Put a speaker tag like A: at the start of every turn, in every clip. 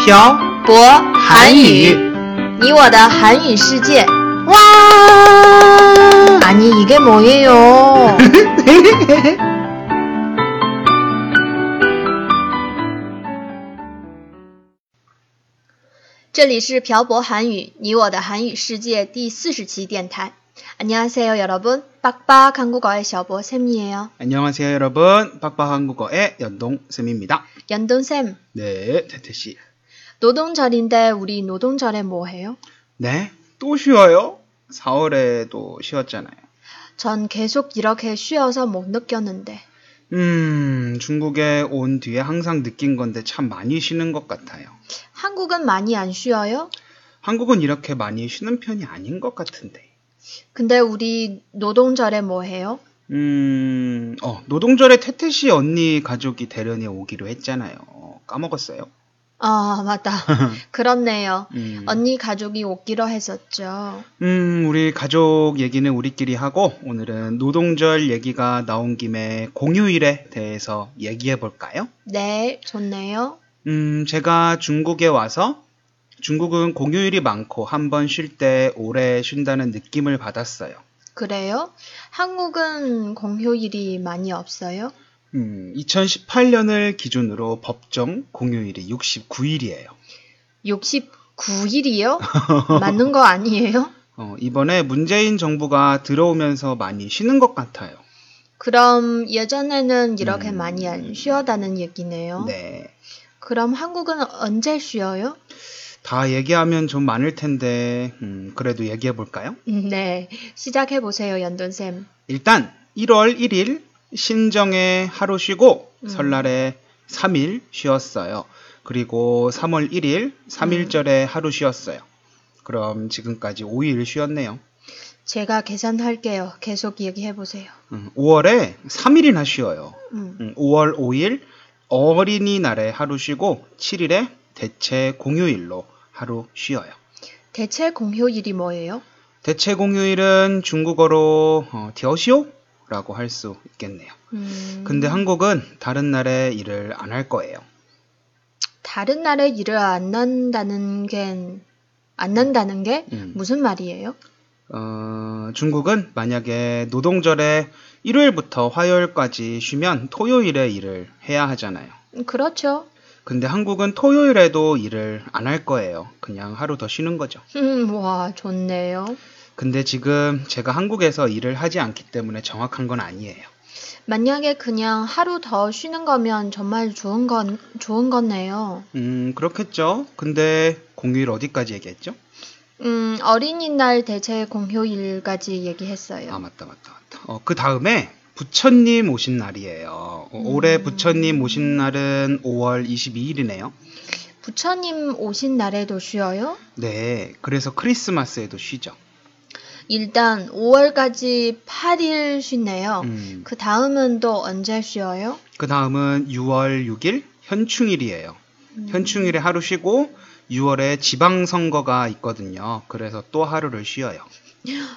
A: 朴
B: 博
A: 韩语
B: 你我的韩语世界。
A: 와.
B: 아니 이게 뭐예요?这里是朴博韩语，你我的韩语世界第四十期电台。안녕하세요여러분빡빡한국어의小博쌤이에요
A: 안녕하세요 여러분 빡빡한국어의 연동쌤입니다
B: 연돈 쌤,
A: 네 태태씨
B: 노동절인데 우리 노동절에 뭐 해요?
A: 네? 또 쉬어요? 4월에도 쉬었잖아요
B: 전 계속 이렇게 쉬어서 못 느꼈는데.
A: 음 중국에 온 뒤에 항상 느낀 건데 참 많이 쉬는 것 같아요
B: 한국은 많이 안 쉬어요?
A: 한국은 이렇게 많이 쉬는 편이 아닌 것 같은데
B: 근데 우리 노동절에 뭐 해요?
A: 음, 어, 노동절에 태태씨 언니 가족이 대련에 오기로 했잖아요. 어, 까먹었어요.
B: 아, 맞다. 그렇네요.
A: 음,
B: 언니 가족이 오기로 했었죠.
A: 음, 우리 가족 얘기는 우리끼리 하고, 오늘은 노동절 얘기가 나온 김에 공휴일에 대해서 얘기해 볼까요?
B: 네, 좋네요.
A: 음, 제가 중국에 와서 중국은 공휴일이 많고 한 번 쉴 때 오래 쉰다는 느낌을 받았어요.
B: 그래요? 한국은 공휴일이 많이 없어요?
A: 음, 2018년을 기준으로 법정 공휴일이 69일이에요.
B: 69일이요? 맞는 거 아니에요?
A: 어, 이번에 문재인 정부가 들어오면서 많이 쉬는 것 같아요.
B: 그럼 예전에는 이렇게
A: 음.
B: 많이 안 쉬었다는 얘기네요.
A: 네.
B: 그럼 한국은 언제 쉬어요?
A: 다 얘기하면 좀 많을 텐데, 음, 그래도 얘기해 볼까요?
B: 네, 시작해보세요, 연돈쌤.
A: 일단, 1월 1일, 신정에 하루 쉬고,
B: 음.
A: 설날에 3일 쉬었어요. 그리고 3월 1일, 3일절에
B: 음.
A: 하루 쉬었어요. 그럼 지금까지 5일 쉬었네요.
B: 제가 계산할게요. 계속 얘기해보세요.
A: 음, 5월에 3일이나 쉬어요.
B: 음.
A: 음, 5월 5일 어린이날에 하루 쉬고 7일에 대체 공휴일로 하루 쉬어요.
B: 대체 공휴일이 뭐예요?
A: 대체 공휴일은 중국어로 어, 디어시오라고 할 수 있겠네요.
B: 음,
A: 근데 한국은 다른 날에 일을 안 할 거예요.
B: 다른 날에 일을 안 한다는 게, 안 난다는 게
A: 음.
B: 무슨 말이에요?
A: 어, 중국은 만약에 노동절에 일요일부터 화요일까지 쉬면 토요일에 일을 해야 하잖아요.
B: 음, 그렇죠.
A: 근데 한국은 토요일에도 일을 안 할 거예요. 그냥 하루 더 쉬는 거죠.
B: 음, 와, 좋네요.
A: 근데 지금 제가 한국에서 일을 하지 않기 때문에 정확한 건 아니에요.
B: 만약에 그냥 하루 더 쉬는 거면 정말 좋은 건, 좋은 거네요.
A: 음, 그렇겠죠. 근데 공휴일 어디까지 얘기했죠?
B: 음, 어린이날 대체 공휴일까지 얘기했어요.
A: 아, 맞다, 맞다, 맞다. 어, 그 다음에 부처님 오신 날이에요. 어, 올해 부처님 오신 날은 5월 22일이네요.
B: 부처님 오신 날에도 쉬어요?
A: 네, 그래서 크리스마스에도 쉬죠.
B: 일단 5월까지 8일 쉬네요.
A: 음,
B: 그 다음은 또 언제 쉬어요?
A: 그 다음은 6월 6일 현충일이에요.
B: 음.
A: 현충일에 하루 쉬고 6월에 지방선거가 있거든요. 그래서 또 하루를 쉬어요.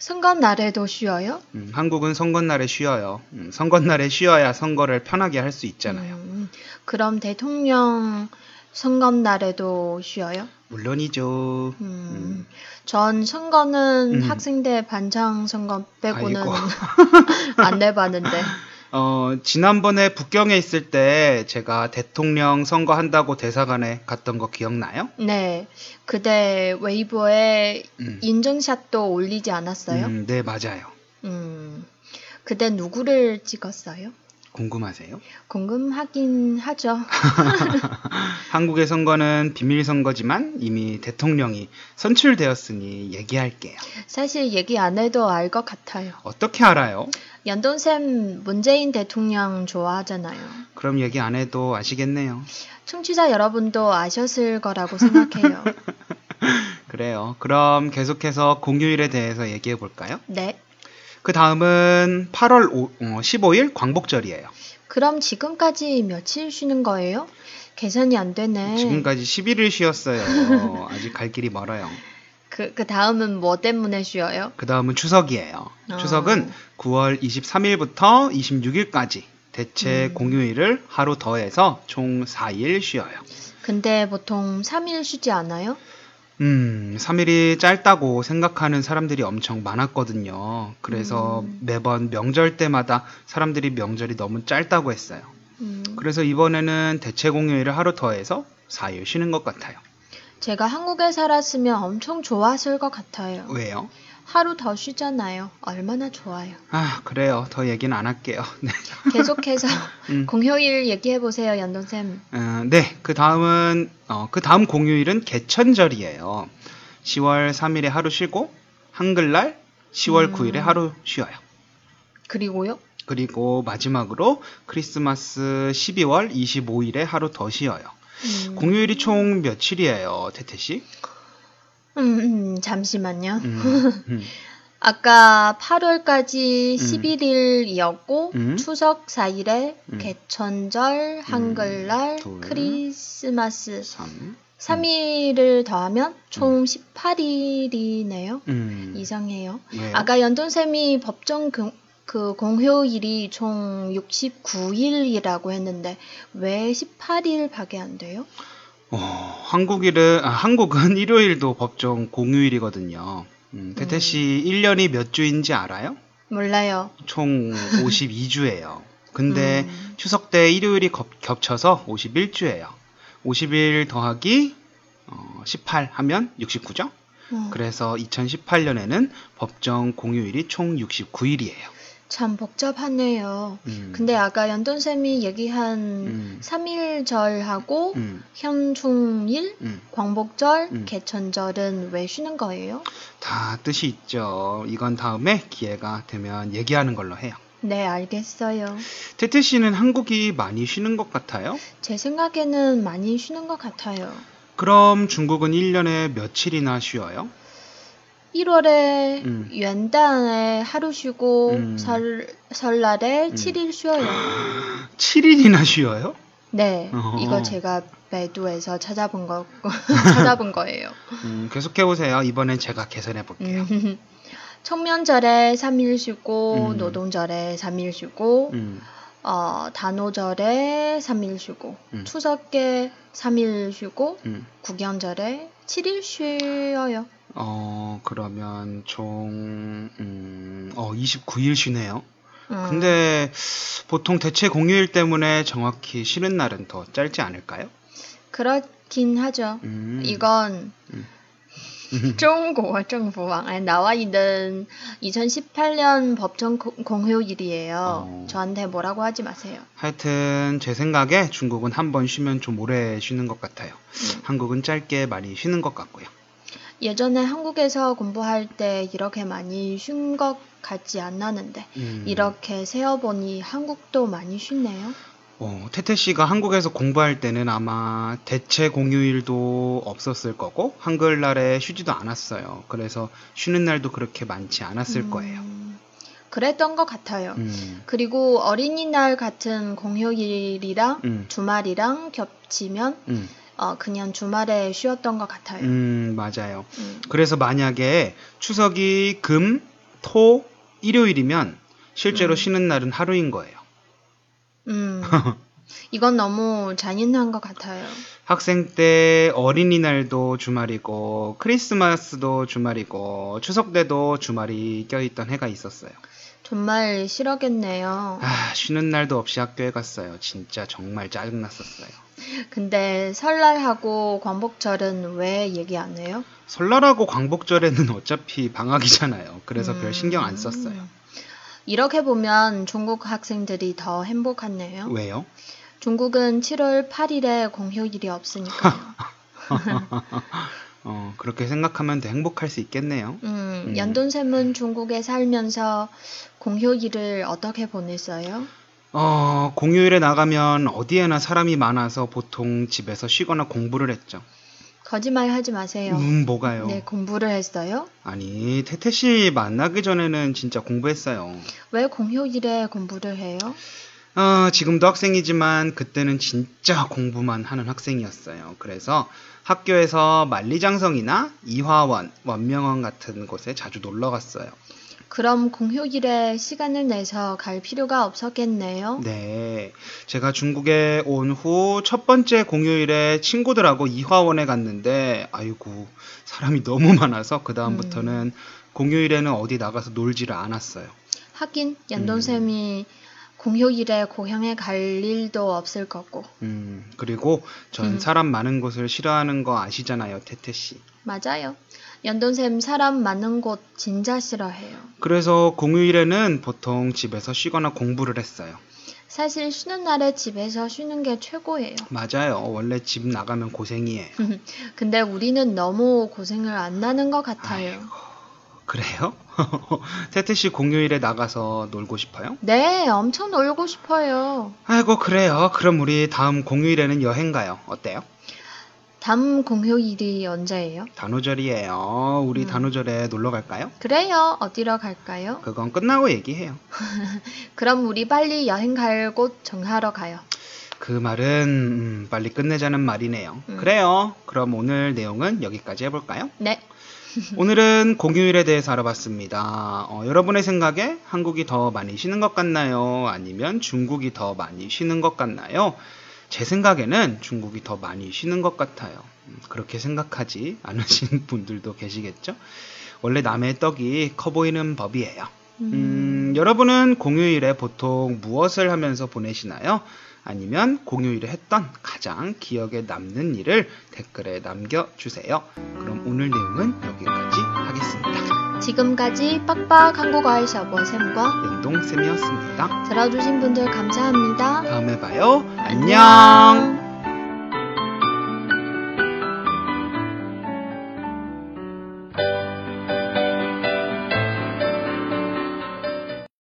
B: 선거 날에도 쉬어요?
A: 음, 한국은 선거날에 쉬어요. 음, 선거날에 쉬어야 선거를 편하게 할 수 있잖아요.
B: 음, 그럼 대통령 선거 날에도 쉬어요?
A: 물론이죠.
B: 음, 전
A: 음.
B: 선거는 학생대 반장 선거 빼고는
A: 아이고.
B: 안 내봤는데.
A: 어, 지난번에 북경에 있을 때 제가 대통령 선거한다고 대사관에 갔던 거 기억나요?
B: 네, 그대 웨이브에
A: 음.
B: 인증샷도 올리지 않았어요?
A: 음, 네, 맞아요.
B: 음, 그때 누구를 찍었어요?
A: 궁금하세요?
B: 궁금하긴 하죠.
A: 한국의 선거는 비밀 선거지만 이미 대통령이 선출되었으니 얘기할게요.
B: 사실 얘기 안 해도 알 것 같아요.
A: 어떻게 알아요?
B: 연돈쌤 문재인 대통령 좋아하잖아요.
A: 그럼 얘기 안 해도 아시겠네요.
B: 청취자 여러분도 아셨을 거라고 생각해요.
A: 그래요. 그럼 계속해서 공휴일에 대해서 얘기해 볼까요?
B: 네.
A: 그 다음은 8월 15일 광복절이에요.
B: 그럼 지금까지 며칠 쉬는 거예요? 계산이 안 되네.
A: 지금까지 11일 쉬었어요. 아직 갈 길이 멀어요.
B: 그, 그 다음은 뭐 때문에 쉬어요?
A: 그 다음은 추석이에요.
B: 아.
A: 추석은 9월 23일부터 26일까지 대체
B: 음.
A: 공휴일을 하루 더해서 총 4일 쉬어요.
B: 근데 보통 3일 쉬지 않아요?
A: 음, 3일이 짧다고 생각하는 사람들이 엄청 많았거든요. 그래서 매번 명절 때마다 사람들이 명절이 너무 짧다고 했어요.
B: 음,
A: 그래서 이번에는 대체 공휴일을 하루 더해서 4일 쉬는 것 같아요.
B: 제가 한국에 살았으면 엄청 좋았을 것 같아요.
A: 왜요?
B: 하루 더 쉬잖아요. 얼마나 좋아요.
A: 아, 그래요. 더 얘기는 안 할게요. 네.
B: 계속해서
A: 음.
B: 공휴일 얘기해보세요, 연돈쌤.
A: 어, 네, 그 다음은, 그 다음 공휴일은 개천절이에요. 10월 3일에 하루 쉬고, 한글날 10월 9일에 하루 쉬어요.
B: 그리고요?
A: 그리고 마지막으로 크리스마스 12월 25일에 하루 더 쉬어요.
B: 음,
A: 공휴일이 총 며칠이에요, 태태 씨?
B: 음, 음, 잠시만요.
A: 음, 음.
B: 아까 8월까지
A: 음.
B: 11일이었고
A: 음.
B: 추석 4일에
A: 음.
B: 개천절, 한글날,
A: 둘.
B: 크리스마스
A: 삼.
B: 3일을 더하면 총 18일이네요.
A: 음.
B: 이상해요.
A: 왜요?
B: 아까 연돈쌤이 법정 그, 그 공휴일이 총 69일이라고 했는데 왜 18일밖에 안 돼요?
A: 어, 한국일은, 아, 한국은 일요일도 법정 공휴일이거든요. 음, 태태 씨, 1년이 몇 주인지 알아요?
B: 몰라요.
A: 총 52주예요. 근데
B: 음.
A: 추석 때 일요일이 겹, 겹쳐서 51주예요. 51 더하기 어, 18 하면 69죠?
B: 어,
A: 그래서 2018년에는 법정 공휴일이 총 69일이에요.
B: 참 복잡하네요. 근데 아까 연돈쌤이 얘기한
A: 음.
B: 삼일절하고 현충일, 광복절,
A: 음.
B: 개천절은 왜 쉬는 거예요?
A: 다 뜻이 있죠. 이건 다음에 기회가 되면 얘기하는 걸로 해요.
B: 네, 알겠어요.
A: 태태 씨는 한국이 많이 쉬는 것 같아요?
B: 제 생각에는 많이 쉬는 것 같아요.
A: 그럼 중국은 1년에 며칠이나 쉬어요?
B: 1월에
A: 음.
B: 元旦에 하루 쉬고
A: 음.
B: 설, 설날에
A: 음.
B: 7일 쉬어요.
A: 7일이나 쉬어요?
B: 네,
A: 어허.
B: 이거 제가百度에서 찾아본 거 찾아본 거예요.
A: 음, 계속해 보세요. 이번엔 제가 계산해 볼게요.
B: 음. 청면절에 3일 쉬고
A: 음.
B: 노동절에 3일 쉬고
A: 음,
B: 어, 단오절에 3일 쉬고
A: 음.
B: 추석에 3일 쉬고
A: 음.
B: 국연절에 7일 쉬어요.
A: 어, 그러면 총, 음, 어, 29일 쉬네요.
B: 음,
A: 근데 보통 대체 공휴일 때문에 정확히 쉬는 날은 더 짧지 않을까요?
B: 그렇긴 하죠.
A: 음,
B: 이건
A: 음.
B: 중국 정부 왕에 나와 있는 2018년 법정 고- 공휴일이에요.
A: 어.
B: 저한테 뭐라고 하지 마세요.
A: 하여튼 제 생각에 중국은 한 번 쉬면 좀 오래 쉬는 것 같아요.
B: 음.
A: 한국은 짧게 많이 쉬는 것 같고요.
B: 예전에 한국에서 공부할 때 이렇게 많이 쉰 것 같지 않았는데
A: 음,
B: 이렇게 세어보니 한국도 많이 쉬네요.
A: 어, 태태 씨가 한국에서 공부할 때는 아마 대체 공휴일도 없었을 거고 한글날에 쉬지도 않았어요. 그래서 쉬는 날도 그렇게 많지 않았을 거예요.
B: 음, 그랬던 것 같아요.
A: 음,
B: 그리고 어린이날 같은 공휴일이랑
A: 음,
B: 주말이랑 겹치면
A: 음,
B: 어, 그냥 주말에 쉬었던 것 같아요.
A: 음, 맞아요.
B: 음.
A: 그래서 만약에 추석이 금, 토, 일요일이면 실제로
B: 음.
A: 쉬는 날은 하루인 거예요.
B: 음. 이건 너무 잔인한 것 같아요.
A: 학생 때 어린이날도 주말이고 크리스마스도 주말이고 추석 때도 주말이 껴있던 해가 있었어요.
B: 정말 싫어겠네요.
A: 아 쉬는 날도 없이 학교에 갔어요. 진짜 정말 짜증났었어요.
B: 근데 설날하고 광복절은 왜 얘기 안 해요?
A: 설날하고 광복절에는 어차피 방학이잖아요. 그래서
B: 음.
A: 별 신경 안 썼어요.
B: 이렇게 보면 중국 학생들이 더 행복하네요.
A: 왜요?
B: 중국은 7월 8일에 공휴일이 없으니까요.
A: 어, 그렇게 생각하면 더 행복할 수 있겠네요.
B: 음,
A: 음.
B: 연돈샘은 중국에 살면서 공휴일을 어떻게 보냈어요?
A: 어, 공휴일에 나가면 어디에나 사람이 많아서 보통 집에서 쉬거나 공부를 했죠.
B: 거짓말 하지 마세요.
A: 음, 뭐가요?
B: 네, 공부를 했어요?
A: 아니, 태태 씨 만나기 전에는 진짜 공부했어요.
B: 왜 공휴일에 공부를 해요?
A: 아, 지금도 학생이지만 그때는 진짜 공부만 하는 학생이었어요. 그래서 학교에서 만리장성이나 이화원, 원명원 같은 곳에 자주 놀러 갔어요.
B: 그럼 공휴일에 시간을 내서 갈 필요가 없었겠네요.
A: 네. 제가 중국에 온 후 첫 번째 공휴일에 친구들하고 이화원에 갔는데, 아이고, 사람이 너무 많아서 그다음부터는 공휴일에는 어디 나가서 놀지를 않았어요.
B: 하긴 연돈쌤이 공휴일에 고향에 갈 일도 없을 거고.
A: 음, 그리고 전
B: 음.
A: 사람 많은 곳을 싫어하는 거 아시잖아요, 태태씨.
B: 맞아요. 연돈쌤 사람 많은 곳 진짜 싫어해요.
A: 그래서 공휴일에는 보통 집에서 쉬거나 공부를 했어요.
B: 사실 쉬는 날에 집에서 쉬는 게 최고예요.
A: 맞아요. 원래 집 나가면 고생이에요.
B: 근데 우리는 너무 고생을 안 나는 것 같아요.
A: 그래요? 태태씨 공휴일에 나가서 놀고 싶어요?
B: 네, 엄청 놀고 싶어요.
A: 아이고, 그래요. 그럼 우리 다음 공휴일에는 여행 가요. 어때요?
B: 다음 공휴일이 언제예요?
A: 단오절이에요. 우리
B: 음.
A: 단오절에 놀러 갈까요?
B: 그래요. 어디로 갈까요?
A: 그건 끝나고 얘기해요.
B: 그럼 우리 빨리 여행 갈 곳 정하러 가요.
A: 그 말은 음, 빨리 끝내자는 말이네요.
B: 음.
A: 그래요. 그럼 오늘 내용은 여기까지 해볼까요?
B: 네.
A: 오늘은 공휴일에 대해서 알아봤습니다. 어, 여러분의 생각에 한국이 더 많이 쉬는 것 같나요? 아니면 중국이 더 많이 쉬는 것 같나요? 제 생각에는 중국이 더 많이 쉬는 것 같아요. 음, 그렇게 생각하지 않으신 분들도 계시겠죠? 원래 남의 떡이 커 보이는 법이에요. 음, 여러분은 공휴일에 보통 무엇을 하면서 보내시나요? 아니면 공휴일에 했던 가장 기억에 남는 일을 댓글에 남겨주세요. 그럼 오늘 내용은 여기까지 하겠습니다.
B: 음, 지금까지 빡빡 한국어의 샤버쌤과
A: 연동쌤이었습니다.
B: 들어주신 분들 감사합니다.
A: 다음에 봐요. 안녕!